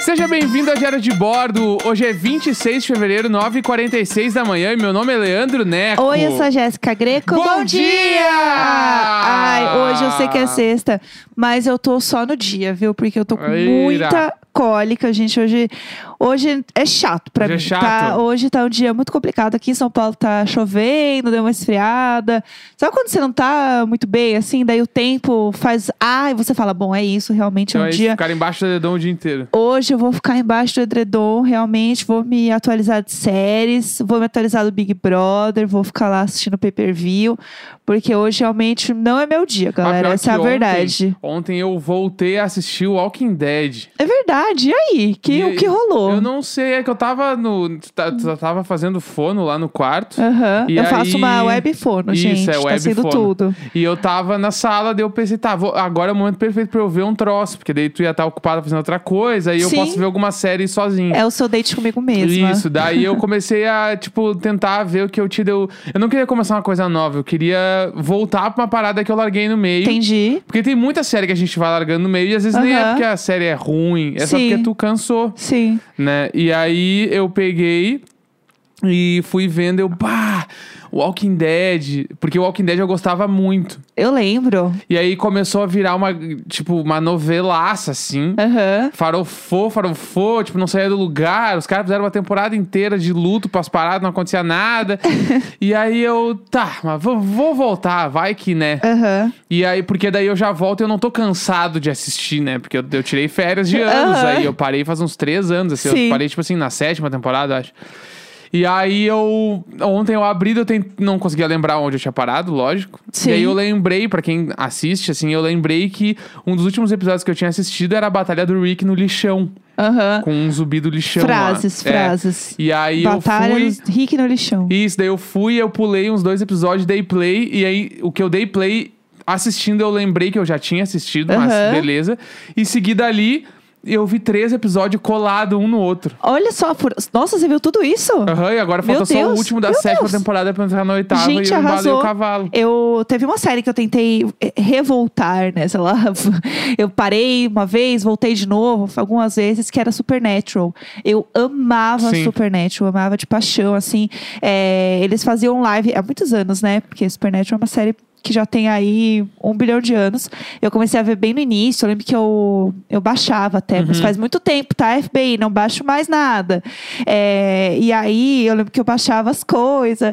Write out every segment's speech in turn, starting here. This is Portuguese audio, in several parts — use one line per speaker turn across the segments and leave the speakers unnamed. Seja bem-vindo à Diário de Bordo. Hoje é 26 de fevereiro, 9h46 da manhã e meu nome é Leandro Neco.
Oi, eu sou a Jéssica Greco.
Bom dia!
Ai, hoje eu sei que é sexta, mas eu tô só no dia, viu? Porque eu tô com
Eira.
muita cólica, gente. Hoje, hoje é chato pra
Hoje é
mim.
chato?
Tá, hoje tá um dia muito complicado aqui em São Paulo, tá chovendo, deu uma esfriada. Sabe quando você não tá muito bem, assim, daí o tempo faz... Ah, e você fala, bom, é isso, realmente é
Então
um
é isso,
dia...
ficar embaixo do dedão o dia inteiro.
Hoje eu vou ficar embaixo do edredom, realmente. Vou me atualizar de séries, vou me atualizar do Big Brother, vou ficar lá assistindo pay per view, porque hoje realmente não é meu dia, galera.
Ah, pior
Essa é
que
a
ontem-
verdade.
Ontem eu voltei a assistir o Walking Dead.
É verdade. E aí? Que,
E
o que rolou?
Eu não sei, é que eu tava no. ta- ta- Tava fazendo fono lá no quarto.
Aham.
E
Eu
aí-
faço uma webfono,
Isso,
gente.
é
tá sendo
webfono.
tudo.
E eu tava na sala, daí eu pensei, tá, vou- agora é o momento perfeito pra eu ver um troço, porque daí tu ia estar ocupada fazendo outra coisa, e eu
Sim.
posso ver alguma série sozinho.
É o seu date comigo mesma.
Isso, daí eu comecei a, tipo, tentar ver o que eu te deu. Eu não queria começar uma coisa nova, eu queria voltar pra uma parada que eu larguei no meio.
Entendi.
Porque tem muita série que a gente vai largando no meio e às vezes nem é
Aham.
porque a série é ruim, é só
Sim.
porque tu cansou,
Sim.
né? E aí eu peguei e fui vendo, eu, pá, Walking Dead. Porque Walking Dead eu gostava muito.
Eu lembro.
E aí começou a virar uma, tipo, uma novelaça, assim.
Aham.
Farofou, farofou, tipo, não saía do lugar. Os caras fizeram uma temporada inteira de luto pras paradas, não acontecia nada. e aí eu, tá, mas vou, vou voltar, vai que, né?
Aham.
E aí, porque daí eu já volto e eu não tô cansado de assistir, né? Porque eu, eu tirei férias de anos
Aham.
aí. Eu parei faz uns três anos, assim. Eu
Sim.
parei, tipo assim, na sétima temporada, eu acho. E aí eu. Ontem eu abri, eu tent- não conseguia lembrar onde eu tinha parado, lógico.
Sim.
E aí eu lembrei, pra quem assiste, assim, eu lembrei que um dos últimos episódios que eu tinha assistido era a batalha do Rick no lixão.
Aham.
Com um zumbi do lixão. lá.
Frases,
É.
frases.
E aí
Batalha
eu fui.
dos Rick no lixão.
Isso, daí eu fui, eu pulei uns dois episódios, dei play, e aí o que eu dei play, assistindo, eu lembrei que eu já tinha assistido, mas
Aham.
beleza. E seguida ali, eu vi três episódios colados um no outro.
Olha só, por- nossa, você viu tudo isso?
Aham, e agora
Meu
falta só o
Deus,
último da
meu
sétima
Deus.
temporada pra entrar na oitava
Gente,
e eu embalei
arrasou.
o cavalo.
Eu teve uma série que eu tentei eh, revoltar, né? Sei lá, eu parei uma vez, voltei de novo, algumas vezes, que era Supernatural. Eu amava
Sim.
Supernatural, amava de paixão, assim. É, eles faziam live há muitos anos, né? Porque Supernatural é uma série que já tem aí um bilhão de anos. Eu comecei a ver bem no início, eu lembro que eu, eu baixava até,
Uhum.
mas faz muito tempo, tá? FBI, não baixo mais nada. É, e aí eu lembro que eu baixava as coisas.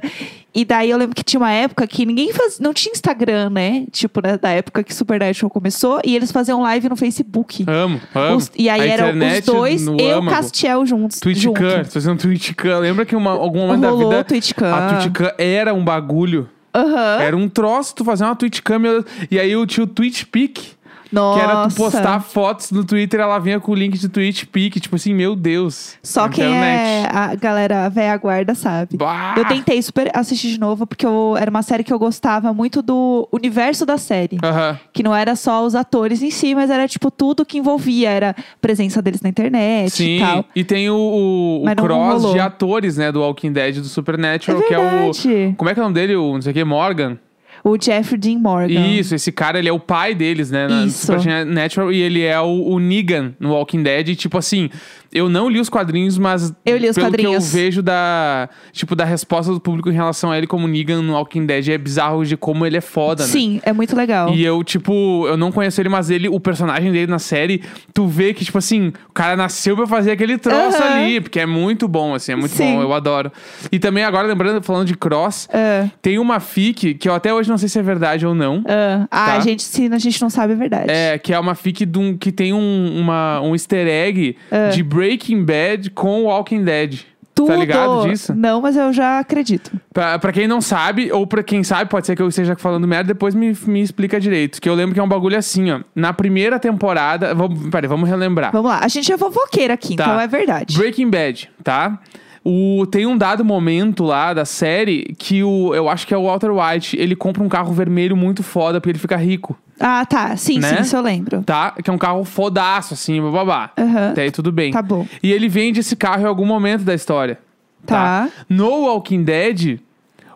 E daí eu lembro que tinha uma época que ninguém faz, não tinha Instagram, né? Tipo, né, da época que Supernatural começou, e eles faziam live no Facebook.
Amo, amo.
Os- e
A
aí eram os
internet
dois
no
e o
âmago.
Castiel juntos. junto.
Twitchcan, fazendo Twitchcan. Lembra que uma, algum momento
Rolou
da vida.
Twitchcan.
A Twitchcan era um bagulho.
Aham.
Era um troço tu fazer uma Twitchcan. meu- E aí eu tinha o Twitch Peak.
Nossa.
Que era tu postar fotos no Twitter, ela vinha com o link de Twitch Peak. Tipo assim, meu Deus.
Só quem é
internet.
a galera velha guarda sabe.
Bah!
Eu tentei super assistir de novo, porque eu- era uma série que eu gostava muito do universo da série.
Aham.
Que não era só os atores em si, mas era tipo tudo que envolvia. Era a presença deles na internet e
Sim,
tal.
e tem o, o, o
Mas não
cross
rolou.
de atores, né? Do Walking Dead do Supernatural,
É
que é o.
verdade.
Como é que é o nome dele? O não sei o que, Morgan?
O Jeffrey Dean Morgan.
Isso, esse cara, ele é o pai deles, né? Na
Isso.
Supernatural, e ele é o, o Negan no Walking Dead. E, tipo assim, eu não li os quadrinhos, mas.
Eu li os
pelo
quadrinhos.
que eu vejo da. Tipo, da resposta do público em relação a ele como Negan no Walking Dead é bizarro de como ele é foda, né?
Sim, é muito legal.
E eu, tipo, eu não conheço ele, mas ele, o personagem dele na série, tu vê que, tipo assim, o cara nasceu pra fazer aquele troço
Aham.
ali, porque é muito bom, assim, é muito
Sim.
bom, eu adoro. E também agora, lembrando, falando de cross,
Ah,
tem uma fic que eu até hoje não sei se é verdade ou não.
ah. Ah,
Tá.
gente, se a gente não sabe, é verdade.
É, que é uma fic de um- que tem um, uma- um easter egg de Breaking Bad com Walking Dead.
Tudo.
Tá ligado disso?
Não, mas eu já acredito.
Pra, pra quem não sabe, ou pra quem sabe, pode ser que eu esteja falando merda, depois me, me explica direito. Que eu lembro que é um bagulho assim, ó. Na primeira temporada. Vamos, peraí, vamos relembrar.
Vamos lá. A gente é fofoqueira aqui,
Tá.
então é verdade.
Breaking Bad, tá? O, tem um dado momento lá da série que o, eu acho que é o Walter White, ele compra um carro vermelho muito foda porque ele fica rico,
Ah, tá. Sim,
Né?
sim, isso eu lembro.
tá? Que é um carro fodaço, assim, bababá.
Aham.
Até aí tudo bem.
Tá bom.
E ele vende esse carro em algum momento da história.
Tá.
No Walking Dead,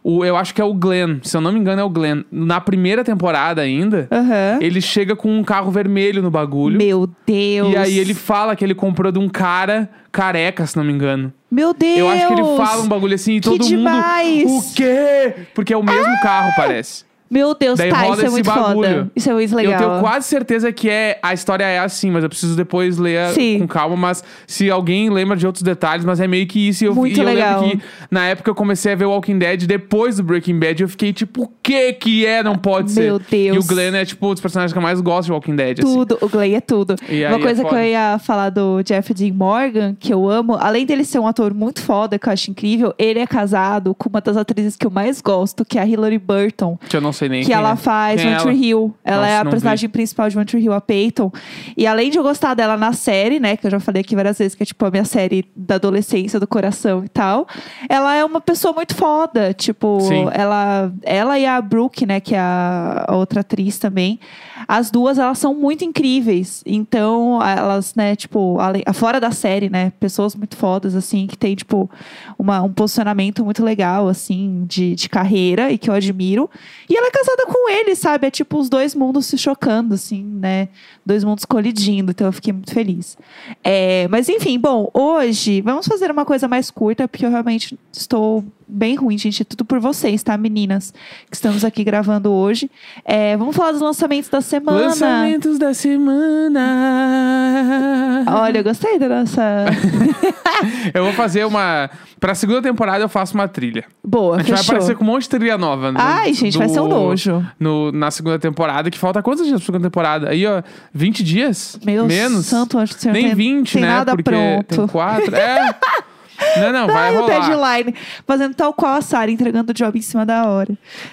O, eu acho que é o Glenn, se eu não me engano, é o Glenn. Na primeira temporada ainda,
Aham.
ele chega com um carro vermelho no bagulho.
Meu Deus.
E aí ele fala que ele comprou de um cara careca, se não me engano.
Meu Deus.
Eu acho que ele fala um bagulho assim e todo
demais! Ah!
mundo. O quê? Porque é o mesmo carro, parece.
Meu Deus,
Daí
tá,
rola
isso é
esse
muito
bagulho.
foda. Isso é muito legal.
Eu tenho quase certeza que é a história é assim, mas eu preciso depois ler
Sim.
com calma. Mas se alguém lembra de outros detalhes, mas é meio que isso. E eu,
Muito
e eu
legal.
lembro que na época eu comecei a ver Walking Dead depois do Breaking Bad. Eu fiquei tipo, o que que é? Não pode ser.
Meu Deus.
E o Glenn é tipo um dos personagens que eu mais gosto de Walking Dead. assim.
Tudo, o Gley é tudo.
E aí
Uma
é
coisa que
foda.
eu ia falar do Jeff Dean Morgan, que eu amo, além dele ser um ator muito foda, que eu acho incrível, ele é casado com uma das atrizes que eu mais gosto, que é a Hilary Burton.
Que eu não sei nem
Que
quem
ela
é.
faz
Quem é
One Tree Hill. Ela
Nossa,
é a
não
personagem principal de One Tree Hill, a Peyton. E além de eu gostar dela na série, né? Que eu já falei aqui várias vezes, que é tipo a minha série da adolescência, do coração e tal. Ela é uma pessoa muito foda. Tipo,
Sim.
ela, ela e a Brooke, né? Que é a, a outra atriz também. As duas, elas são muito incríveis. Então, elas, né? Tipo, além, fora da série, né? Pessoas muito fodas, assim, que tem, tipo, uma- um posicionamento muito legal, assim, de, de carreira e que eu admiro. E ela é casada com ele, sabe? É tipo os dois mundos se chocando, assim, né? Dois mundos colidindo, então eu fiquei muito feliz. É, mas enfim, bom, hoje vamos fazer uma coisa mais curta, porque eu realmente estou bem ruim, gente. É tudo por vocês, tá, meninas? Que estamos aqui gravando hoje. É, vamos falar dos lançamentos da semana.
Lançamentos da semana.
Olha, eu gostei da nossa.
Eu vou fazer uma. Pra segunda temporada eu faço uma trilha.
Boa,
A gente vai
fechou.
aparecer com um monte de trilha nova. né?
Ai, gente, vai ser um nojo.
no- na segunda temporada, que falta quantos dias pra segunda temporada? Aí, ó, 20 dias?
Meu
Menos?
santo anjo do senhor.
Nem
tem-
20,
tem
né?
nada
Porque
pronto.
tem quatro. É. Não, não, vai
Ai, o
rolar.
deadline. Fazendo tal qual a Sarah, entregando o job em cima da hora.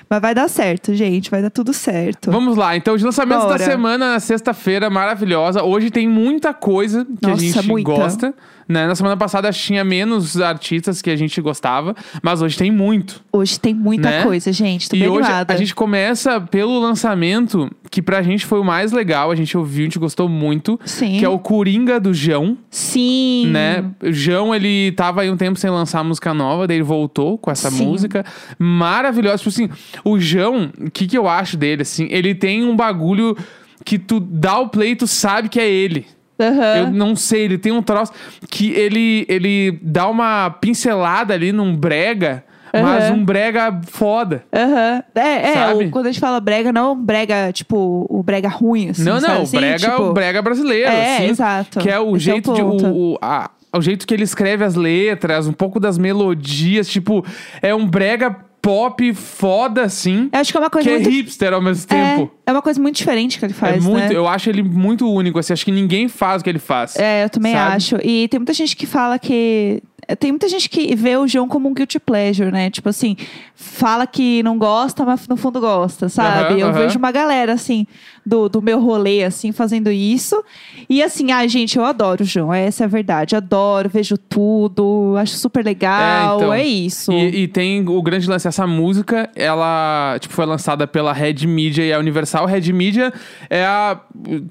Mas vai dar certo, gente. Vai dar tudo certo.
Vamos lá, então, os lançamentos
Bora.
da semana na sexta-feira, maravilhosa. Hoje tem muita coisa que a
Nossa,
gente
muita.
gosta. né? Na semana passada tinha menos artistas que a gente gostava, mas hoje tem muito.
Hoje tem muita
Né?
coisa, gente. Tô
E
bem
hoje
animada.
a gente começa pelo lançamento que pra gente foi o mais legal, a gente ouviu, a gente gostou muito,
Sim.
que é o Coringa do Jão,
Sim.
né?
Uhum.
O Jão, ele tava aí um tempo sem lançar música nova, daí ele voltou com essa
Sim.
música maravilhosa. Tipo assim, o Jão, o que que eu acho dele, assim? Ele tem um bagulho que tu dá o play e tu sabe que é ele.
Aham.
Eu não sei, ele tem um troço que ele, ele dá uma pincelada ali num brega, mas
Aham.
um brega foda.
Aham. É, é
Sabe?
o- quando a gente fala brega, não é um brega, tipo, o brega ruim, assim.
Não,
sabe
não, o
assim?
brega, é
Tipo,
o brega brasileiro,
É,
assim,
exato.
Que é o
Esse é o
jeito de o,
ponto.
o- a- o jeito que ele escreve as letras, um pouco das melodias, tipo, é um brega pop foda assim,
Eu acho que é uma coisa
que é
muito.
hipster ao mesmo
é,
tempo.
é uma coisa muito diferente que ele
É
faz.
muito,
né?
eu acho ele muito único assim, acho que ninguém faz o que ele faz.
É, eu também
sabe?
acho. E tem muita gente que fala que. Tem muita gente que vê o João como um guilty pleasure, né? Tipo assim, fala que não gosta, mas no fundo gosta, sabe?
Aham,
eu
aham.
vejo uma galera, assim, do, do meu rolê, assim, fazendo isso. E assim, ah, gente, eu adoro o João, essa é a verdade. Adoro, vejo tudo, acho super legal,
É, então.
é isso.
E, e tem o grande lance, essa música, ela, tipo, foi lançada pela Red Media e a Universal. Red Media é a,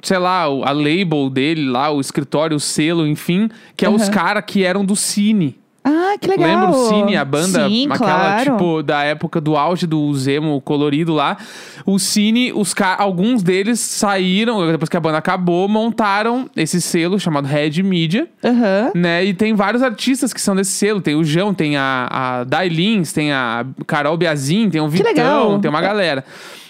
sei lá, o- a label dele lá, o escritório, o selo, enfim, que é os
Aham.
caras que eram do Cine.
Ah, que legal.
Lembra o Cine, a banda,
Sim,
aquela,
claro.
tipo, da época do auge do Zemo colorido lá. O Cine, os ca- alguns deles saíram, depois que a banda acabou, montaram esse selo chamado Red Media
Aham.
né? E tem vários artistas que são desse selo. Tem o João, tem a, a Dailins, tem a Carol Biazin, tem o Vitão,
legal.
tem uma galera.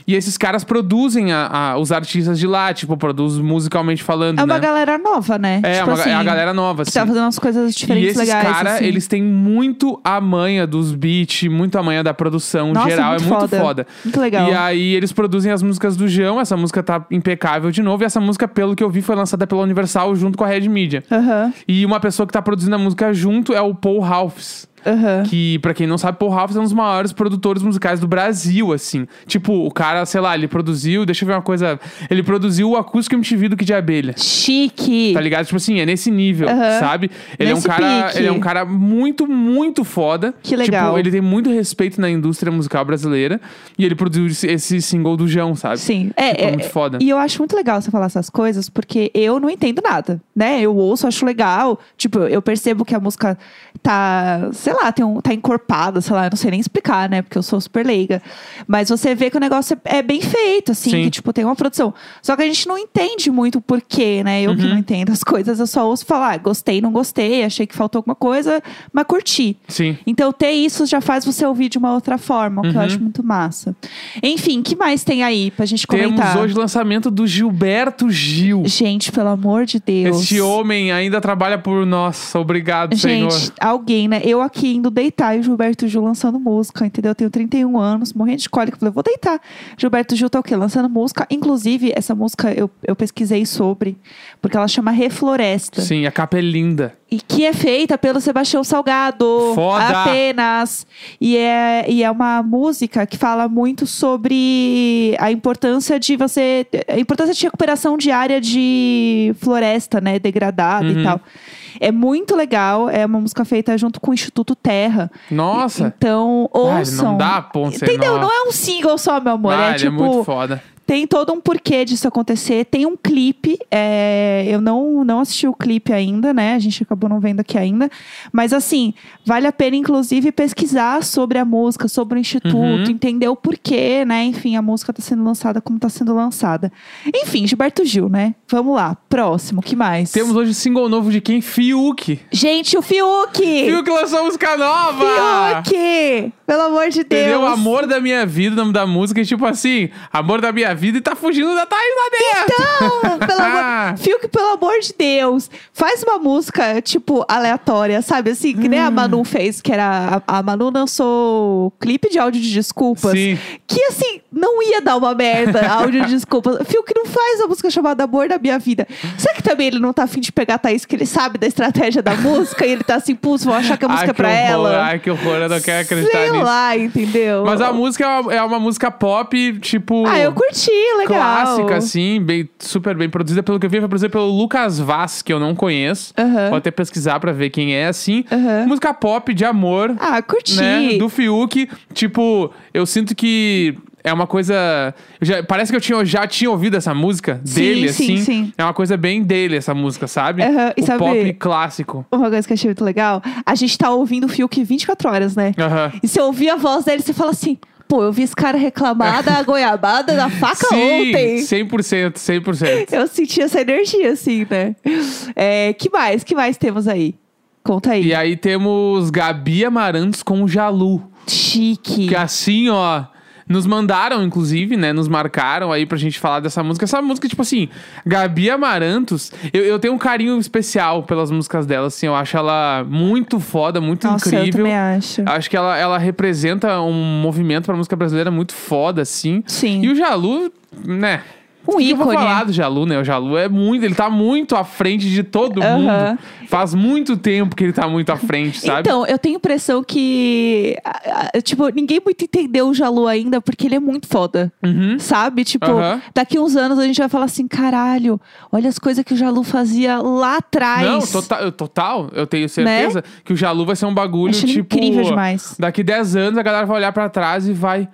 E esses caras produzem a- a- os artistas de lá, tipo, produz musicalmente falando,
É uma
né?
galera nova, né?
É,
tipo
uma,
assim,
é a galera nova,
que
assim.
tá fazendo umas coisas
E
diferentes
esses
legais.
caras,
assim.
eles têm muito a manha dos beats, muito a manha da produção
Nossa,
geral.
muito
é muito
foda.
foda.
Muito legal.
E aí eles produzem as músicas do João, essa música tá impecável de novo. E essa música, pelo que eu vi, foi lançada pela Universal junto com a Red Media.
Aham.
E uma pessoa que tá produzindo a música junto é o Paul Ralphs.
Aham.
Que, pra quem não sabe, Paul Ralphs é um dos maiores produtores musicais do Brasil, assim. Tipo, o cara, sei lá, ele produziu, deixa eu ver uma coisa. Ele produziu o acústico MTV do Kid de Abelha.
Chique.
Tá ligado? Tipo assim, é nesse nível,
Aham.
sabe? Ele é
Nesse
um cara,
pique.
ele é um cara muito, muito foda.
Que legal.
Tipo, ele tem muito respeito na indústria musical brasileira e ele produziu esse- esse single do João, sabe?
Sim, é,
Tipo,
é,
muito foda.
E eu acho muito legal você falar essas coisas, porque eu não entendo nada, né? Eu ouço, acho legal. Tipo, eu percebo que a música tá, sei sei lá, tem um, tá encorpada, sei lá, eu não sei nem explicar, né? Porque eu sou super leiga. Mas você vê que o negócio é, é bem feito, assim,
Sim.
que, tipo, tem uma produção. Só que a gente não entende muito o porquê, né? Eu
Uhum.
que não entendo as coisas, eu só ouço falar, "Ah, gostei, não gostei, achei que faltou alguma coisa, mas curti.
Sim.
Então, ter isso já faz você ouvir de uma outra forma, o que eu
Uhum.
acho muito massa. Enfim, que mais tem aí pra gente comentar?
Temos hoje o lançamento do Gilberto Gil.
Gente, pelo amor de Deus.
Este homem ainda trabalha por nós. Obrigado,
Gente,
Senhor.
alguém, né? Eu aqui indo deitar e o Gilberto Gil lançando música, entendeu? Eu tenho 31 anos, morrendo de cólica. Falei, vou deitar. Gilberto Gil tá o quê? Lançando música. Inclusive, essa música eu, eu pesquisei sobre, porque ela chama Refloresta.
Sim, a capa é linda.
E que é feita pelo Sebastião Salgado.
Foda!
Apenas. E é, e é uma música que fala muito sobre a importância de você. A importância de recuperação diária de floresta, né? Degradada
Uhum.
e tal. É muito legal. É uma música feita junto com o Instituto Terra.
Nossa.
Então,
Ai,
ouçam.
não dá ponto. sem
Entendeu?
nó.
Não é um single só, meu amor.
Ah,
é
ele
tipo.
é muito foda.
Tem todo um porquê disso acontecer. Tem um clipe. é, eu não, não assisti o clipe ainda, né? A gente acabou não vendo aqui ainda. Mas assim, vale a pena, inclusive, pesquisar sobre a música, sobre o Instituto,
Uhum.
entender o porquê, né? Enfim, a música tá sendo lançada como tá sendo lançada. Enfim, Gilberto Gil, né? Vamos lá. Próximo, que mais?
Temos hoje o single novo de quem? Fiuk.
Gente, o Fiuk!
Fiuk lançou música nova!
Fiuk! Pelo amor de Deus!
Entendeu? Amor da minha vida, o nome da música. E tipo assim, amor da minha vida e tá fugindo da Thaís lá dentro. Ah,
Então, pelo amor... Fiuk, pelo amor de Deus, faz uma música, tipo, aleatória, sabe? Assim, que nem
Hum.
a Manu fez, que era... A, a Manu lançou clipe de áudio de desculpas.
Sim.
Que, assim, não ia dar uma merda, áudio de desculpas. Fiuk não faz a música chamada Amor da Minha Vida. Será que também ele não tá afim de pegar a Thaís, que ele sabe da estratégia da música? e ele tá assim, putz, vou achar que a música é
ai, que
pra
horror,
ela.
Ai, que horror, eu não quero acreditar
Sei
nisso.
lá, entendeu?
Mas a música é uma, é uma música pop, tipo.
Ah, eu curti, legal.
Clássica, assim, bem, super bem produzida. Pelo que eu vi, foi produzida pelo Lucas Vaz, que eu não conheço.
Aham.
Vou até pesquisar pra ver quem é, assim.
Aham.
Música pop de amor.
Ah, curti.
né, do Fiuk, tipo, eu sinto que é uma coisa. eu já- parece que eu tinha, eu já tinha ouvido essa música
Sim,
dele,
sim,
assim.
sim.
É uma coisa bem dele, essa música, sabe?
Aham, e
o
sabe-
pop clássico.
Uma coisa que eu achei muito legal, a gente tá ouvindo o Fiuk 24 horas, né?
Aham.
E você ouvir a voz dele, você fala assim: pô, eu vi esse cara reclamar da goiabada da faca
Sim,
ontem.
100%, 100%.
Eu senti essa energia, assim, né? É, que mais? Que mais temos aí? Conta aí.
E aí temos Gabi Amarantos com o Jalu.
Chique.
Que assim, ó. Nos mandaram, inclusive, né? Nos marcaram aí pra gente falar dessa música. Essa música, tipo assim, Gabi Amarantos, eu, eu tenho um carinho especial pelas músicas dela, assim. Eu acho ela muito foda, muito
Nossa, eu
incrível.
também acho.
Acho que ela, ela representa um movimento pra música brasileira muito foda, assim.
Sim.
E o Jalu, né?
Um
O que eu vou
ícone.
falar do Jalu, né? O Jalu é muito, ele tá muito à frente de todo
Aham.
mundo. Faz muito tempo que ele tá muito à frente, sabe?
Então, eu tenho a impressão que, a- a- tipo, ninguém muito entendeu o Jalu ainda, porque ele é muito foda.
Uhum.
Sabe? Tipo,
Aham.
daqui uns anos a gente vai falar assim: caralho, olha as coisas que o Jalu fazia lá atrás.
Não, total, eu- total, eu tenho certeza que o Jalu vai ser um bagulho
Né? Acho ele
tipo.
incrível demais.
Daqui 10 anos a galera vai olhar pra trás e vai.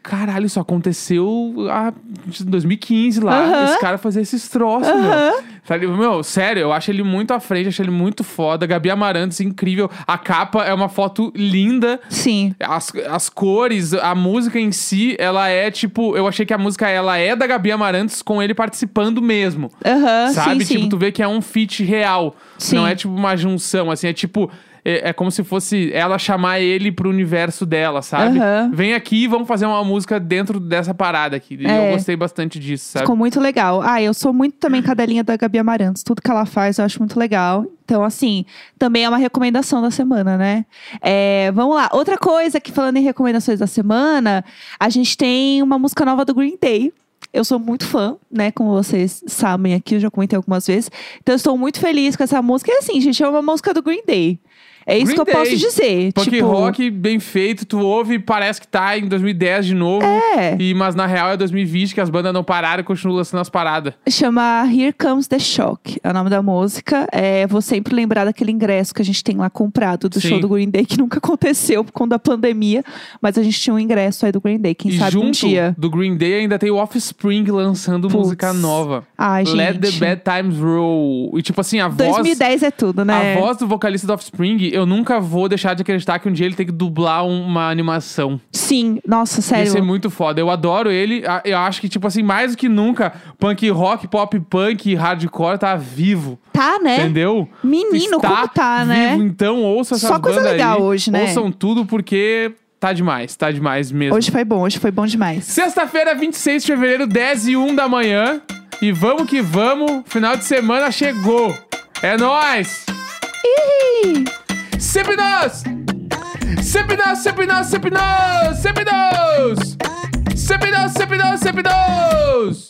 Caralho, isso aconteceu há- em 2015 lá.
Aham.
Esse cara fazia esses troços, meu. Sabe, meu, sério, eu acho ele muito à frente, acho ele muito foda. Gabi Amarantos, incrível. A capa é uma foto linda.
Sim.
As, as cores, a música em si, ela é tipo. Eu achei que a música ela é da Gabi Amarantos com ele participando mesmo.
Aham,
Sabe?
Ah, sim,
tipo,
sim.
tu vê que é um feat real.
Sim.
Não é tipo uma junção, assim, é tipo. É, é como se fosse ela chamar ele pro universo dela, sabe?
Aham.
Vem aqui e vamos fazer uma música dentro dessa parada aqui. E
É.
eu gostei bastante disso, sabe?
Ficou muito legal. Ah, eu sou muito também cadelinha da Gabi Amarantos. Tudo que ela faz eu acho muito legal. Então, assim, também é uma recomendação da semana, né? É, vamos lá. Outra coisa que falando em recomendações da semana, a gente tem uma música nova do Green Day. Eu sou muito fã, né? Como vocês sabem aqui, eu já comentei algumas vezes. Então, eu estou muito feliz com essa música. E assim, gente, é uma música do Green Day. É isso
Green
que eu
Day.
posso dizer.
Punk
tipo,
rock bem feito, tu ouve e parece que tá em 2010 de novo.
É.
E, mas na real é 2020 que as bandas não pararam e continuam lançando as paradas.
Chama Here Comes the Shock, é o nome da música. É, vou sempre lembrar daquele ingresso que a gente tem lá comprado do
Sim.
show do Green Day, que nunca aconteceu por conta da pandemia, mas a gente tinha um ingresso aí do Green Day, quem
e
sabe
junto
um dia.
do Green Day ainda tem o Offspring lançando
Putz.
música nova.
Ai, gente.
Let the Bad Times Roll. E tipo assim, a voz
2010 é tudo, né?
A voz do vocalista do Offspring, eu eu nunca vou deixar de acreditar que um dia ele tem que dublar uma animação.
Sim, nossa, sério.
Ia ser muito foda. Eu adoro ele. A- Eu acho que, tipo assim, mais do que nunca, punk rock, pop punk, hardcore tá vivo.
Tá, né?
Entendeu?
Menino,
Está
como tá, né?
vivo. Então, ouça essas
Só coisa
bandas
legal
aí.
hoje, né?
Ouçam tudo porque tá demais, tá demais mesmo.
Hoje foi bom, hoje foi bom demais.
Sexta-feira, 26 de fevereiro, 10 e 1 da manhã. E vamos que vamos, final de semana chegou. É nóis!
Ih!
Sempre nós! Sempre nós, sempre nós, sempre nós! Sempre nós! Sempre nós, sempre nós, sempre nós!